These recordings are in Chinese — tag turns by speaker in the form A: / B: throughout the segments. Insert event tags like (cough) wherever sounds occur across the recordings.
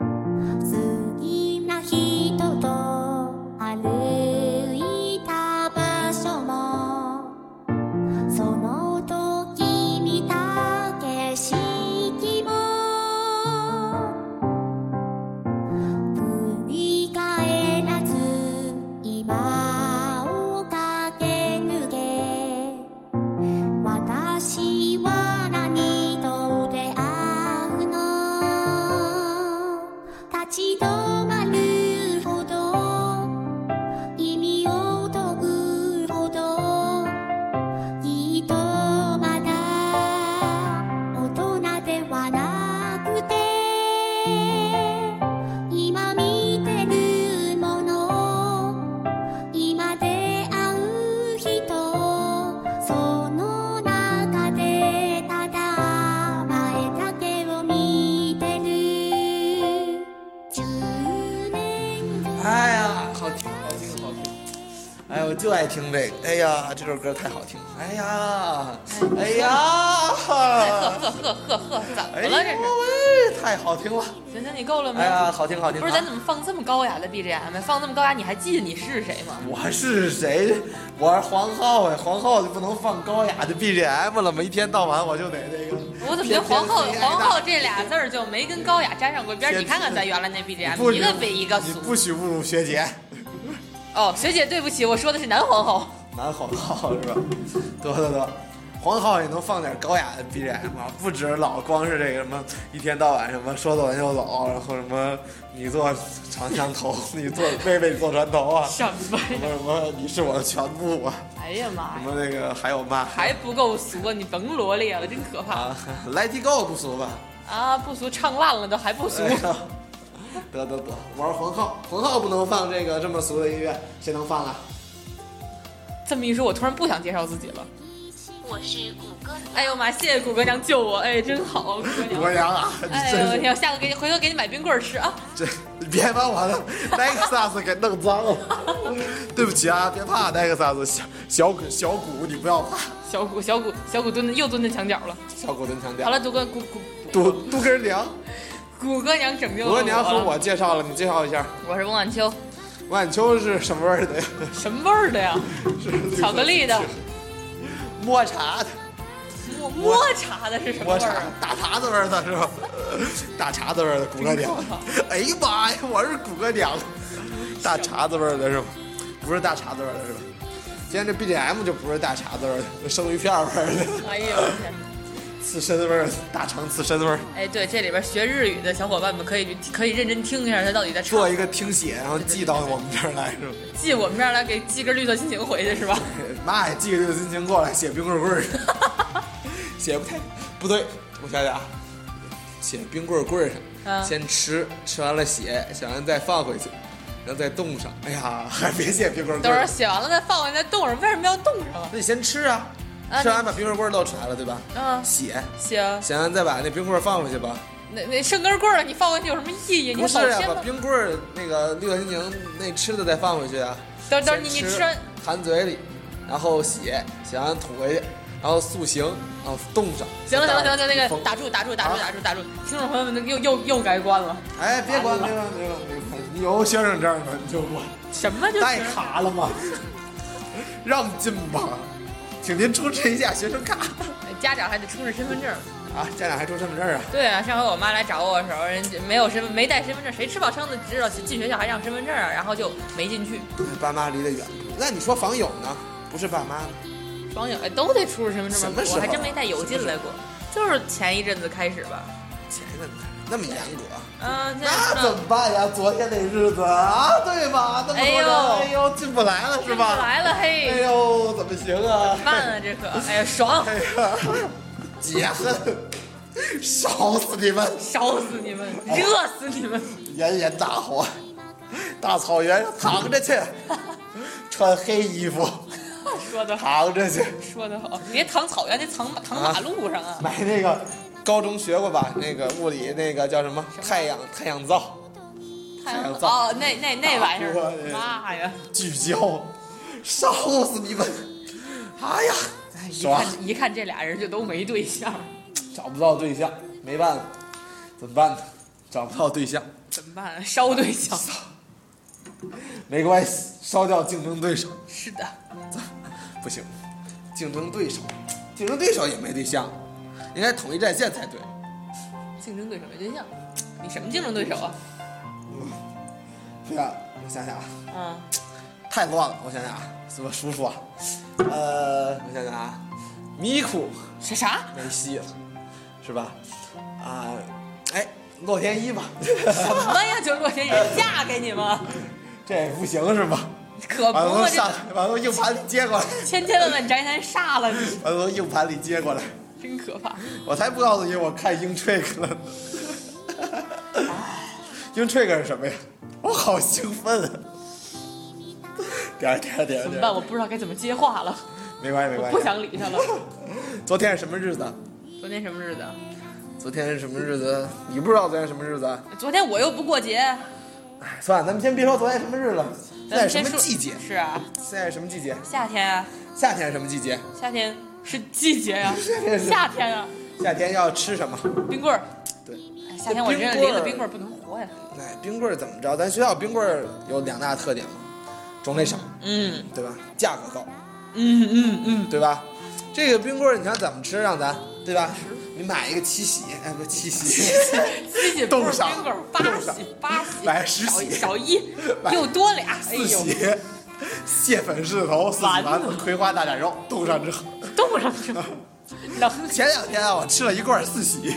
A: 好きな人と歩いた場所もその時見た景色も振り返らず今を駆け抜け私は何と出会うの立ち止まるほど意味を解くほどきっとまだ大人ではなくて今見てるもの今出会う人その中でただ前だけを見てる10年後
B: 哎呀，好听，好听，好听！哎呀，我就爱听这个。哎呀，这首歌太好听了。哎呀，哎呀，
C: 呵呵呵呵，怎么
B: 哎呦
C: 了这是？
B: 喂，太好听了！
C: 行行，你够了
B: 哎
C: 没？
B: 呀，好听，好听。
C: 不是，咱怎么放这么高雅的 BGM？呀放这么高雅，你还记得你是谁吗？
B: 我是谁？我是黄浩哎，黄浩就不能放高雅的 BGM 了吗？一天到晚我就得那个。
C: 我怎么觉得黄浩
B: 偏偏黑暗
C: 黄浩这俩字儿就没跟高雅沾上过边儿？
B: 偏
C: 你看看咱原来那
B: 你
C: BGM，
B: 不
C: 一
B: 许
C: 个比一个
B: 你
C: 俗。
B: 不许侮辱学姐，
C: 哦，学姐，对不起，我说的是男皇后。
B: 男黄浩 (laughs) 是吧？得得得，黄浩也能放点高雅的 BGM，啊不止老光是这个什么一天到晚什么说走就走，然后什么你做长枪头，你做妹妹做船头啊，
C: 什么
B: 什么什么你是我的全部啊，
C: 哎呀妈
B: 什
C: 呀，
B: 么那个还有嘛
C: (laughs) 还不够俗啊！你甭罗列了，真可怕
B: 啊，Let It Go 不俗吧？
C: 啊！不俗，唱烂了都还不俗
B: 哎。呀 (laughs) 得得得，我是黄浩，黄浩不能放这个这么俗的音乐，谁能放啊？
C: 这么一说，我突然不想介绍自己了。
A: 我是谷歌
C: 哎呦妈！谢谢谷歌娘救我，哎，真好，谷歌
B: 国
C: 娘。
B: 阳啊，你 (laughs)
C: 哎呦
B: 真
C: 我
B: 是
C: 天，下次给你回头给你买冰棍儿吃啊！
B: 这，你别把我的 Nexus 给弄脏了。 (laughs) 对不起啊，别怕 Nexus 小小谷小谷，你不要怕，
C: 小谷小谷小谷蹲的又蹲在墙角了。
B: 小谷真强
C: 好
B: 调。
C: 了，谷歌谷谷
B: 杜杜根娘，
C: 谷歌娘拯救了
B: 我
C: 我
B: 和
C: 了。
B: 娘和我介绍了，你介绍一下，
C: 我是翁晚秋，
B: 万秋是什么味儿 (laughs) 的呀？
C: 什么味儿的呀？
B: (laughs) 是绿色
C: 巧克力的，
B: 抹茶的，
C: 抹抹茶的是什么
B: 抹
C: 味儿
B: 茶
C: 啊？
B: 大碴子味儿的是吧？ (laughs) 大碴子味儿的谷歌 (laughs) 娘，哎呀妈呀，我是谷歌娘，大碴子味儿的是吧？不是大碴子味儿的是吧？今天这 BGM 就不是大碴子味儿的，生鱼片儿味儿的。
C: 哎呦我天！
B: 刺身味儿，大肠刺身味儿。
C: 哎，对，这里边学日语的小伙伴们可以可以认真听一下，他到底在唱
B: 做。一个听写，然后寄到我们这儿来，是吧？
C: 寄我们这儿来给寄根绿色心情回
B: (laughs)
C: 去是吧？
B: 妈呀，寄个六心情过来，写冰棍棍儿， (laughs) 写不太不对，我想想啊，写冰棍棍儿上，
C: 嗯
B: 先吃，吃完了写，写完再放回去，然后再冻上。哎呀，还别写冰棍棍
C: 等会儿
B: 儿，
C: 写完了再放回去再冻上，为什么要冻上啊？
B: 那你先吃啊，
C: 啊
B: 吃完把冰棍棍儿露出来了，对吧？
C: 嗯，
B: 写，
C: 行，
B: 写完再把那冰棍儿放回去吧。
C: 那那剩根棍儿啊你放回去有什么意义？你
B: 不是
C: 保
B: 啊
C: 鲜，
B: 把
C: 吗？
B: 冰棍儿那个绿色心情那吃的再放回去啊。
C: 等等，你你
B: 先
C: 吃完
B: 含嘴里，然后血，血完吐回去，然后塑形，然后冻上。
C: 行了行了行了，就那个
B: 封
C: 打住打住打住
B: 啊
C: 打住打住，听众朋友们又又又该关了，
B: 哎，别管别管别管，别管你有学生证吗？你就
C: (laughs)
B: 管。
C: 什么就
B: 带
C: 是
B: 卡了吗？让进吧，请您出示一下学生卡。
C: 哎家长还得出示身份证。
B: 啊，家长还出身份证啊？
C: 对啊，上回我妈来找我的时候，人家没有身份，没带身份证，谁吃饱撑的知道进学校还让身份证啊？然后就没进去。
B: 嗯爸妈离得远，那你说访友呢？不是爸妈，
C: 网友哎都得出示身份证
B: 什
C: 吗
B: 么？时候
C: 我还真没带邮进来过，就是前一阵子开始吧。
B: 前一阵子那么严格，啊
C: 嗯，现在
B: 那
C: 不知
B: 怎
C: 道
B: 么办呀？昨天那日子啊，对吧？那么多
C: 哎呦
B: 人，哎呦，进不来了是吧？
C: 进不来了嘿
B: 哎呦，怎么行啊？
C: 办啊，这可哎呀爽，
B: 哎呀，解恨，烧死你们！
C: 烧死你们，
B: 哦
C: 热死你们！
B: 炎炎大火，大草原上躺着去，穿黑衣服
C: 说得好，
B: 躺着去，
C: 说得好，别躺草原，得躺马躺马路上啊！
B: 买那个高中学过吧？那个物理那个叫什么？太阳太阳灶。 (laughs)
C: 太
B: 阳
C: 阳
B: 灶
C: (laughs) 哦，那那那玩意
B: 大锅
C: 儿，
B: 哎
C: 妈呀！
B: 聚焦，烧死你们！哎呀，
C: 一
B: 爽，
C: 看一看这俩人就都没对象，
B: 找不到对象，没办法，怎么办呢？找不到对象，
C: 怎么办？啊烧对象？
B: 没关系，烧掉竞争对手，
C: (laughs) 是的，
B: 不行，竞争对手，竞争对手也没对象，应该统一战线才对。
C: 竞争对手没对象，你什么竞争对手啊？
B: 对啊，我想想啊，
C: 嗯，
B: 太乱了，我想想啊，什么叔叔啊，呃，我想想啊，米库
C: 啥啥？
B: 没戏了，是吧？啊、哎，洛天依吧， (laughs)
C: 什么呀？就洛天依嫁给你吗？
B: 这不行是吧？
C: 可不
B: 把
C: 嘛，
B: 从
C: 这
B: 啊上，把从硬盘里接过来，
C: 千千万万宅男杀了你， (laughs)
B: 把从硬盘里接过来。
C: 真可怕！
B: 我才不告诉你，我看英 trick 了
C: (laughs)
B: 呢。英 trick 是什么呀？我好兴奋啊！点儿点儿点儿
C: 怎么
B: 点
C: 办？
B: 儿，
C: 我不知道该怎么接话了，
B: 没关系没
C: 我
B: 关
C: 不
B: 系。
C: 想理他了。
B: 昨天是什么日子？啊
C: 昨天什么日子？啊
B: 昨天是什么日子？你不知道昨天什么日子啊？
C: 昨天我又不过节，
B: 哎，算了，咱们先别说昨天什么日了，现
C: 咱
B: 在
C: 们
B: 什
C: 先
B: 么
C: 说
B: 季节？
C: 是啊，
B: 现在什么季节？
C: 夏天啊，
B: 夏天是什么季节？
C: 夏天是季节呀、
B: 天 (laughs) 是
C: 夏天啊，
B: 夏天要吃什么？
C: 冰棍儿。
B: 对，
C: 哎，夏天我真的离了冰棍儿不能活呀。
B: 哎，冰棍儿怎么着？咱学校冰棍儿有两大特点嘛，种类少，
C: 嗯
B: 对吧？价格高，
C: 嗯嗯嗯，
B: 对吧？这个冰棍儿你想怎么吃？让咱对吧？你买一个七喜，哎，不七喜，
C: 七喜
B: 冻
C: 不是
B: 上
C: 冰棍儿，
B: 冻
C: 八
B: 上
C: 喜
B: (laughs)
C: 八喜，
B: 买十
C: 少
B: 喜 (laughs)
C: 少一
B: 买
C: 又多俩，哎
B: 四
C: 呦，
B: 喜，蟹粉狮子头，四喜丸子，葵花大斩肉，冻上之后。
C: 冻上
B: (laughs)
C: 去了，冷
B: 前两天啊，我吃了一罐四 (laughs) 喜，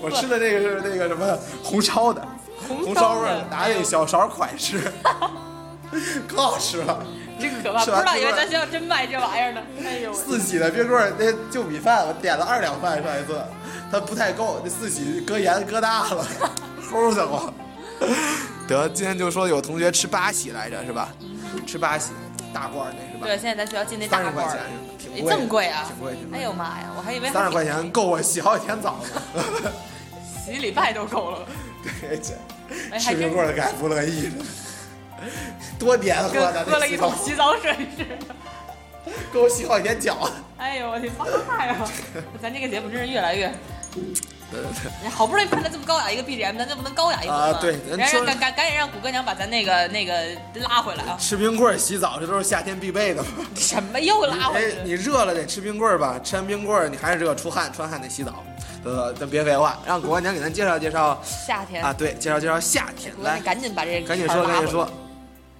B: 我吃的这个是那个什么红烧的，红烧味儿的，拿那小勺蒯吃， (laughs) 可好吃了。
C: 真可怕，
B: 吃
C: 不
B: 完
C: 知道以为
B: 冰棍儿
C: 咱学校真卖这玩
B: (laughs)
C: 意儿呢。哎呦，
B: 四喜的冰棍儿那就米饭，我点了二两饭上一次，它不太够，那四喜搁盐搁大了， (laughs) 齁的慌。得，今天就说有同学吃八喜来着是吧？吃八喜，大罐儿那是吧？
C: 对，现在咱学校进那
B: 三
C: 大
B: 十
C: 罐
B: 块
C: 儿
B: 钱
C: 了，
B: 是吧，
C: 哎
B: 挺贵的，
C: 这么贵啊
B: 挺贵，挺！
C: 哎
B: 贵。
C: 呦妈呀，我还以为还
B: 三十块钱够我洗好几天澡了。
C: 洗礼拜都够了，
B: (laughs) 对，这
C: 哎
B: 吃
C: 还真
B: 冰棍儿的该不乐意了。多年喝
C: 跟
B: 的，
C: 喝了一桶洗澡水似的。
B: 给我洗好几天脚。
C: 哎呦我的妈呀！咱这个节目真是越来越，
B: 对对对。
C: 好不容易拍了这么高雅一个 BGM，咱就不能高雅一回吗
B: 啊对咱
C: 赶
B: 说
C: 赶赶赶赶紧让谷歌娘把咱那个那个拉回来啊！
B: 吃冰棍儿、洗澡，这都是夏天必备的嘛。
C: 什么又拉
B: 哎
C: 回，去？
B: 你热了得吃冰棍儿吧？吃完冰棍儿你还是热，出汗，出完汗得洗澡。呃，咱别废话，让果干娘给咱介绍介绍
C: 夏天
B: 啊，，对，介绍介绍夏天
C: 谷歌
B: 来
C: 你，赶紧把这个
B: 赶紧
C: 茬
B: 说，
C: 拉
B: 赶紧
C: 回
B: 说。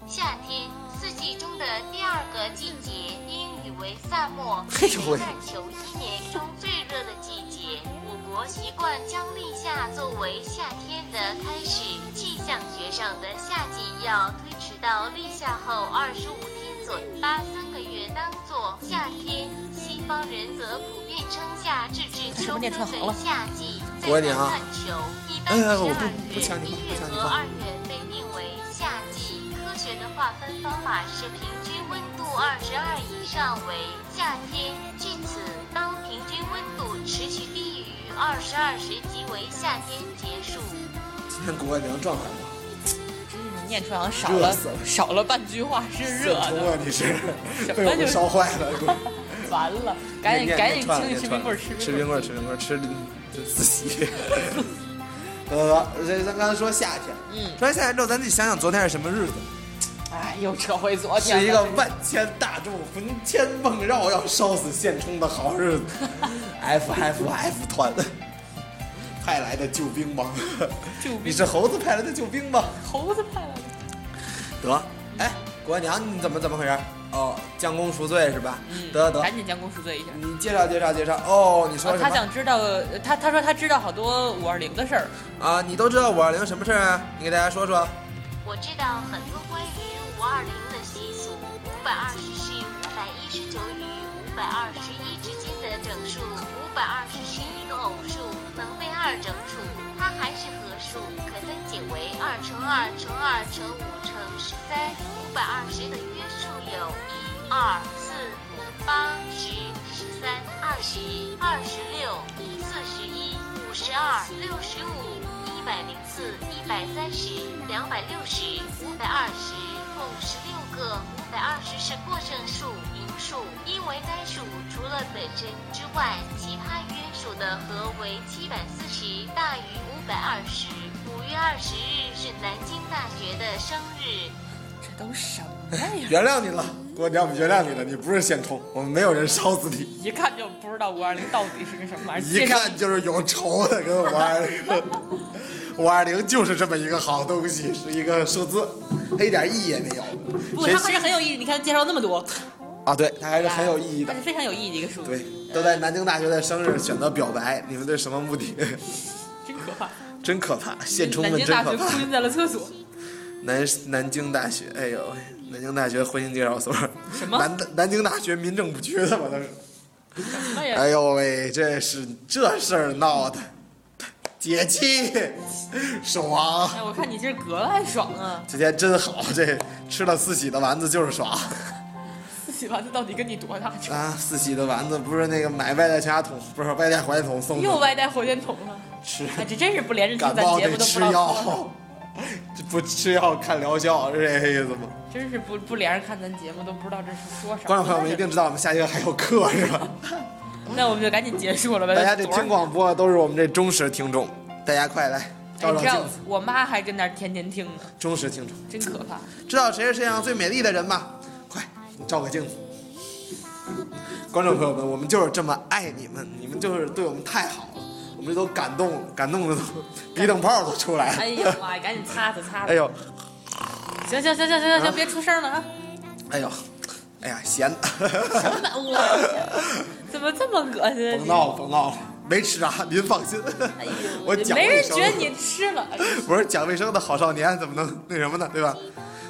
D: 夏天，四季中的第二个季节，英语为萨漠，
B: 哎呦喂
D: (laughs) 是半球一年中最热的季节。我国习惯将立夏作为夏天的开始，气象学上的夏季要推迟到立夏后二十五天左右，八三个月当做夏天。西方人则普遍称夏至至
C: 是
D: 秋
C: 不是
D: 分
C: 念串行
D: 为
C: 了
D: 夏季。在
B: 国
D: 南
B: 内啊
D: 半球，一
B: 哎
D: 般
B: 哎哎
D: 十
B: 我
D: 二
B: 不不抢
D: 月、
B: 你
D: 一
B: 不
D: 月
B: 抢你
D: 和
B: 放
D: 二月被定为夏季。科学的划分方法是平均温度二十二以上为夏天，据此，当平均温度持续低于二十二时即为夏天结束。
B: 今天果干娘状态不
C: 真是念出好像少
B: 热
C: 了
B: 死了
C: 少了半句话是热
B: 好，
C: 的，
B: 啊，你是
C: 什么
B: 被我们
C: 就是
B: 烧坏了。
C: 完了，赶紧
B: 念
C: 赶
B: 念
C: 紧
B: 串
C: 请你
B: 念
C: 吃
B: 串
C: 冰棍儿，吃
B: 吃
C: 冰
B: 冰
C: 棍儿。
B: 棍儿，吃冰棍儿，吃这自习。呃，这咱刚才说夏天，
C: 嗯
B: 说完夏天之后，咱得想想昨天是什么日子。
C: 哎，又扯回昨天
B: 是
C: 了。
B: 一个万千大众魂牵梦绕要烧死现充的好日子。F F F 团派来的救兵吧，
C: 救兵
B: 你是猴子派来的救兵吧？
C: 猴子派来的。
B: 得，哎，国娘你怎么怎么回事？哦，将功赎罪是吧？得得，
C: 嗯赶紧将功赎罪一下。
B: 你介绍介绍介绍。哦，你说
C: 啊
B: 什
C: 他
B: 么？
C: 想知道，呃他他说他知道好多五二零的事儿，
B: 啊，你都知道五二零什么事儿啊？你给大家说说。
D: 我知道很多关于五二零的习俗，五百二十是五百一十九与五百二十一之间的整数，五百二十是一个偶数，能被二整除，它还是合数，可分解为二乘二乘二乘五乘十三。五百二十的约数有一、二、四、五、八、十、十三、二十一、二十六、四十一、五十二、六十五。一百零四、一百三十、两百六十、五百二十，共十六个。五百二十是过剩数、余数，因为该数除了本身之外，其他约数的和为七百四十，大于五百二十。五月二十日是南京大学的生日。
C: 这都什么哎呀？
B: 原谅你了，国娘，我们原谅你了，你不是现充，我们没有人烧死你。
C: 一看就不知道五二零到底是个什么玩意儿。
B: 一看就是有仇的，跟五二零，五二零就是这么一个好东西，是一个数字，它一点意义也没有。
C: 不，
B: 谁
C: 他还是很有意义。你看介绍那么多，
B: 啊，对，它还是 (laughs) 很有意义的
C: (laughs) 它。是非常有意义的一个数，
B: 对，都在南京大学的生日选择表白，你们这什么目的？ (laughs)
C: 真可怕。
B: 真可怕，现充
C: 南
B: 们
C: 京
B: 真
C: 大
B: 可
C: 学
B: 怕。
C: 哭晕在了
B: (laughs)
C: 厕所，
B: 南南京大学，哎呦，南京大学婚姻介绍所，
C: 什么
B: 南南京大学民政部区的嘛，都是。
C: 那也
B: 哎呦喂，这是这事儿闹的，解气，爽。
C: 哎，我看你今儿格外爽啊！
B: 今天真好， (laughs) 这吃了四喜的丸子就是爽
C: 四喜丸子到底跟你多大仇？
B: (laughs) 啊！四喜的丸子不是那个买外带全家桶，不是外带火箭筒送
C: 又
B: 的，
C: 外带火箭筒
B: (laughs)
C: 了，
B: 吃
C: 哎，这真是不连着听
B: 感
C: 咱
B: 冒
C: 节
B: 得
C: 目都不
B: 吃
C: 知道说
B: 药，这不吃药看疗效是这个意思吗？
C: 什么， (laughs) 真是不不连着看咱节目都不知道这是说啥。
B: 观众朋友们一定知道我们下一个还有课是
C: (laughs)
B: 吧？
C: 那我们就赶紧结束了吧。
B: 大家这
C: 昨儿
B: 听广播都是我们这忠实听众，大家快来照照
C: 哎你知道
B: 镜子，
C: 我妈还跟那儿天天听呢，
B: 忠实听众，
C: 真可
B: (laughs)
C: 怕。
B: 知道谁是世界上最美丽的人吗？快，你照个镜子。观众朋友们，我们就是这么爱你们，你们就是对我们太好了，我们这都感动了，感动的都鼻涕泡都出来了。
C: 哎呀妈呀，赶紧擦擦擦
B: 哎
C: 擦！
B: 呦，
C: 行行行行行行行，别出声了啊！
B: 哎呦，哎呀，咸的，
C: 我怎么这么恶心啊
B: (laughs) 甭
C: 你？
B: 闹了，甭闹了，没吃啊，您放心。
C: 哎呦，
B: 我讲
C: 没
B: 卫
C: 人
B: 生
C: 觉得
B: (laughs)
C: 你吃了。
B: 我是讲卫生的好少年，怎么能那什么呢？对吧？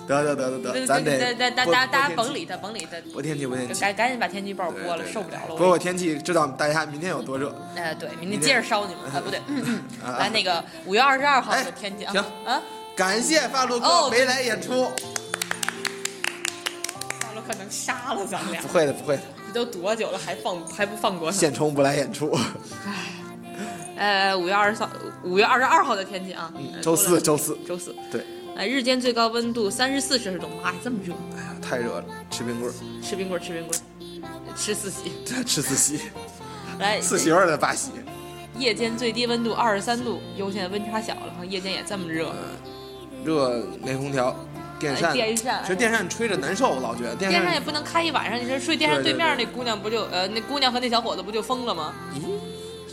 B: 得得得得得，咱得
C: 大大
B: 拨
C: 大大家
B: 拨
C: 甭
B: 天气
C: 理他，甭理他，
B: 拨天气，拨天气。
C: 赶赶紧把天气预报
B: 对
C: 播了，
B: 对
C: 受不了了。
B: 不过
C: 我
B: 天气知道大家明天有多热。
C: 哎，对，明
B: 明天
C: 天接着烧你们啊，
B: (laughs)
C: 不对，嗯嗯
B: 啊啊
C: 来那个五月二十二号
B: 哎
C: 的天气啊，
B: 行
C: 啊，
B: 感谢发路哥
C: 哦
B: 没来演出，
C: 大陆可能杀了咱
B: (laughs)
C: 俩
B: 不，会的，不会的，
C: 这都多久了还放还不放过他？
B: 现充不来演出。
C: 呃，五月二十三，五月二十二号的天气啊，呃
B: 嗯周四，周
C: 周
B: 四，
C: 周四，
B: 哎对，
C: 呃，日间最高温度三十四摄氏度，妈呀，这么热，
B: 哎呀，太热了，吃冰棍儿，
C: 吃冰棍儿吃冰棍儿，吃四喜，
B: (laughs) 吃四喜，
C: 来，
B: 四喜味儿的八喜。
C: 夜间最低温度二十三度，优现在温差小了，哈夜间也这么热。
B: 热没空调，电扇，
C: 哎电扇
B: 其实电扇吹着难受，我老觉得电
C: 电扇也
B: 扇。
C: 不能开一晚上，你说睡电扇
B: 对对
C: 对面那姑娘不就呃那姑娘和那小伙子不就疯了吗？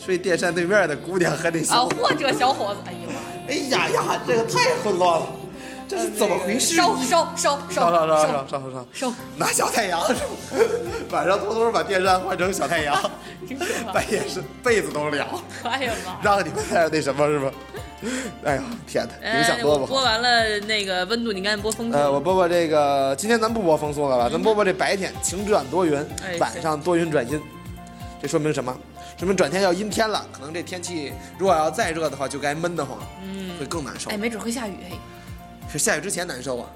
B: 睡电扇对面的姑娘还得
C: 啊，
B: 笑。
C: 或者小伙子，哎呀妈呀，
B: 哎呀呀，这个太混乱了，这是怎么回事？
C: 烧烧烧
B: 烧烧烧
C: 烧
B: 烧烧烧，
C: 烧，
B: 拿小太阳， (laughs) 晚上偷偷把电扇换成小太
C: (laughs)
B: 阳，
C: 真可怕！
B: 半夜是被子都凉，
C: 哎呀妈呀！
B: 让你们在那什么
C: (laughs)
B: 是吧？哎呀，天哪，影响多
C: 呃我
B: 不
C: 播
B: 好。
C: 完了嗯那个温度，你赶紧播风速。
B: 呃，我播播这个，今天咱不播风速了吧？咱播播这白天晴转多云
C: 嗯哎，
B: 晚上多云转阴，这说明什么？说明转天要阴天了。可能这天气如果要再热的话，就该闷得慌，
C: 嗯
B: 会更难受
C: 哎，。没准会下雨哎。
B: 是下雨之前难受啊。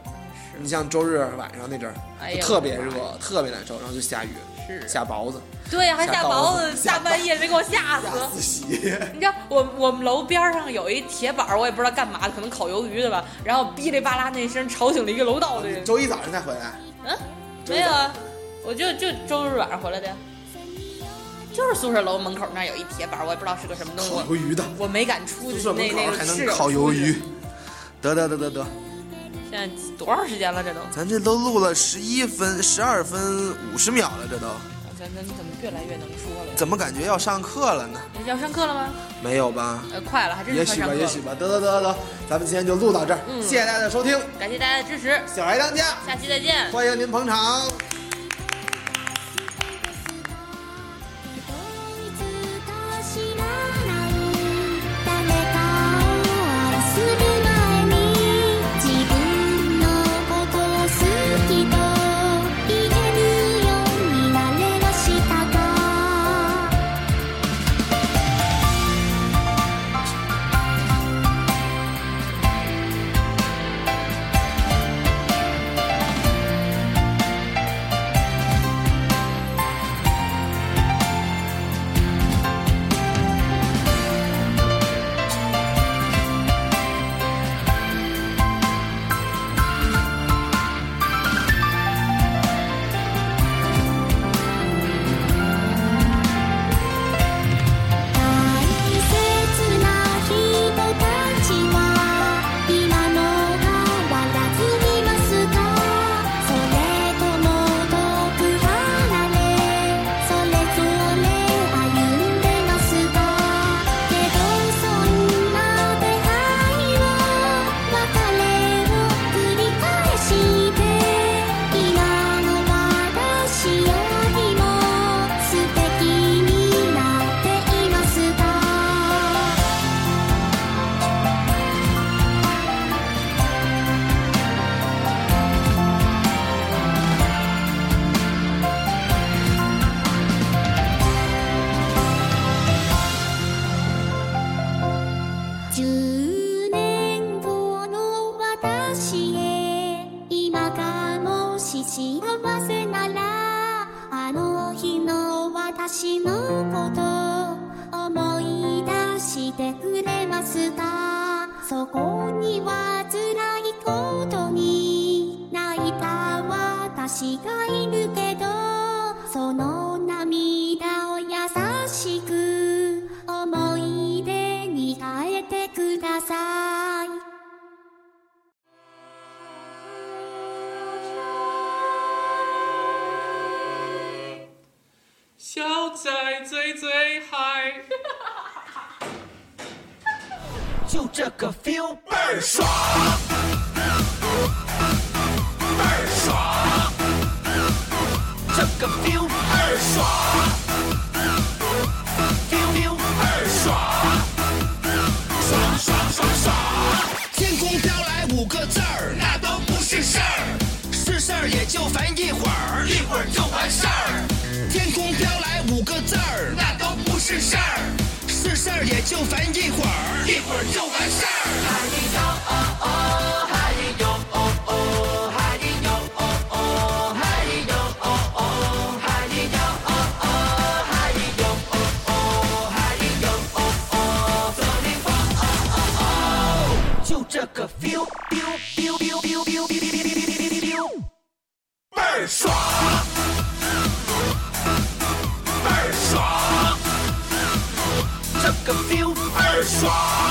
B: 你像周日晚上那阵儿，
C: 哎
B: 就
C: 呀
B: 特别热，特别难受，然后就下雨，
C: 是
B: 下雹子，啊
C: 对呀，还
B: 下
C: 下
B: 雹
C: 雹
B: 子
C: 子，大半夜没给我吓
B: 下四
C: 死。
B: 喜。
C: 你知道我我们楼边上有一铁板，我也不知道干嘛的，可能烤鱿鱼的吧。然后哔哩吧啦那声吵醒了一个楼道的人。
B: (laughs) 周一早上才回来，
C: 嗯，没有啊，我就就周日晚上回来的呀。就是宿舍楼门口那儿有一铁板，我也不知道是个什么东西，
B: 烤
C: 我
B: 鱿鱼的，
C: 我没敢出
B: 宿
C: 去。
B: 舍门
C: 那
B: 口
C: 那个
B: 还能
C: 室友
B: 烤鱿
C: 出去
B: 鱼。得得得得得，
C: 现在多长时间了？这都，
E: 咱这都录了十一分、十二分五十秒了，这都
C: 咱咱怎么越来越能说了呀？
E: 怎么感觉要上课了呢？
C: 要上课了吗？
E: 没有吧？
C: 呃，快了，还真
B: 也
C: 是
B: 许吧，
C: 快上课嗯
B: 也许
C: 了。
B: 吧，得得得得得，咱们今天就录到这儿，谢谢大家的收听，
C: 感谢大家的支持，
B: 小孩当家，
C: 下期再见。
B: 欢迎您捧场。
A: いつか知らない誰かを愛する前に自分のことを好きと言えるようになれましたか大切な人たちは今も変わらずいますかそれとも遠く離れそれぞれ歩んでますかけどそんな出会いを別れを繰り返して今の私よりも素敵になっていますか10年後の私へ今がもし幸せならあの日の私のこと思い出してくれますかそこには辛いことに泣いた私がいるけどその涙を優しく思い出に変えてください
F: 小仔最最嗨。
G: 就这个 feel 倍儿爽，倍儿爽，这个 feel 倍儿爽，feel feel 倍儿爽，爽爽爽爽。天空飘来五个字儿，那都不是事儿，是事儿也就烦一会儿，一会儿就完事儿。天空飘来五个字儿，那都不是事儿，是事儿也就烦一会儿，一会儿就完事儿。嗨哟哦哦，嗨哟哦哦，嗨哟哦哦，嗨哟哦哦，嗨哟哦哦，嗨哟哦哦，嗨哟哦哦，走你我哦哦哦，就这个 feel feel feel feel feel feel feel feel，倍儿爽，倍儿爽。这个 feel 倍儿爽，